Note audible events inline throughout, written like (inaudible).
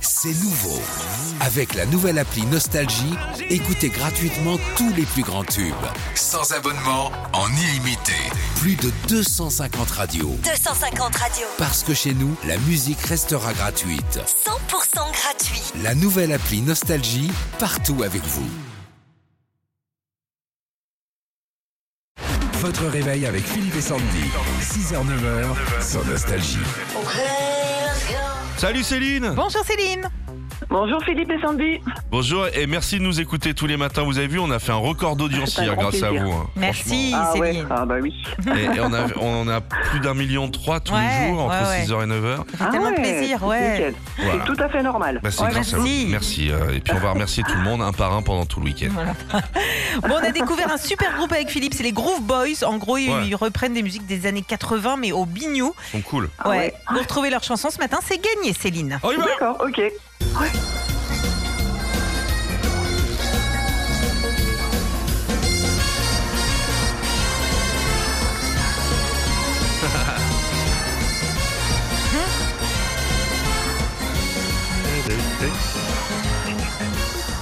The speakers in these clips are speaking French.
C'est nouveau. Avec la nouvelle appli Nostalgie, écoutez gratuitement tous les plus grands tubes. Sans abonnement, en illimité. Plus de 250 radios. 250 radios. Parce que chez nous, la musique restera gratuite. 100% gratuit. La nouvelle appli Nostalgie, partout avec vous. Votre réveil avec Philippe et Sandy. 6h-9h, sans nostalgie. Salut Céline Bonjour Céline Bonjour Philippe et Sandy. Bonjour et merci de nous écouter tous les matins. Vous avez vu, on a fait un record d'audience C'est un hier grand grâce à plaisir. vous. hein. Merci ah ouais, Céline ah bah oui. Et, et on, a, on en a plus d'un million trois tous les Ouais, jours, entre ouais, ouais. 6h et 9h. Ça fait tellement de Ah ouais, plaisir, c'est ouais nickel. Voilà. C'est tout à fait normal. Bah, c'est Ouais, grâce à merci. vous. Merci. euh, et puis on va remercier tout le monde un par un pendant tout le week-end. Bon, on a découvert un super groupe avec Philippe, c'est les Groove Boys. En gros, ils- Ouais. ils reprennent des musiques des années 80, mais au bignou. Ils sont cool. Ah ouais. Vous retrouvez leur chanson ce matin, c'est gagné, Céline. Oh, il va D'accord, ok.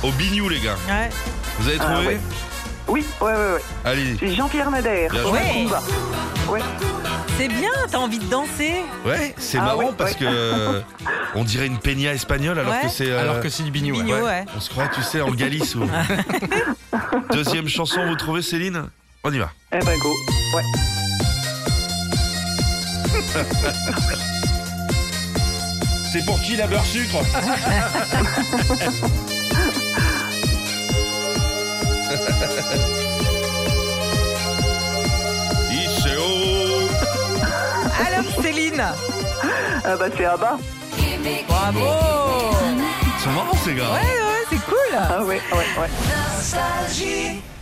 Au bignou, les gars. Ouais. Vous avez Ah, trouvé ouais. Oui, ouais, ouais, ouais. Allez. C'est Jean-Pierre Madère. Bien joué. Ouais. Ouais. C'est bien, t'as envie de danser. Ouais, c'est Ah, marrant ouais, parce ouais. que euh, on dirait une peña espagnole alors Ouais. que c'est euh, Alors que c'est du bignou. Bignou, ouais. ouais. on se croit, tu sais, en Galice. (laughs) ou- Deuxième chanson, vous trouvez Céline On y va. Eh ben go. Ouais. C'est pour qui la beurre sucre ICO Alors Céline, Ah bah c'est à bas. bravo Ouais, Ils sont marrants ces gars hein. ouais, c'est cool Ah ouais, ouais, ouais. Nostalgie.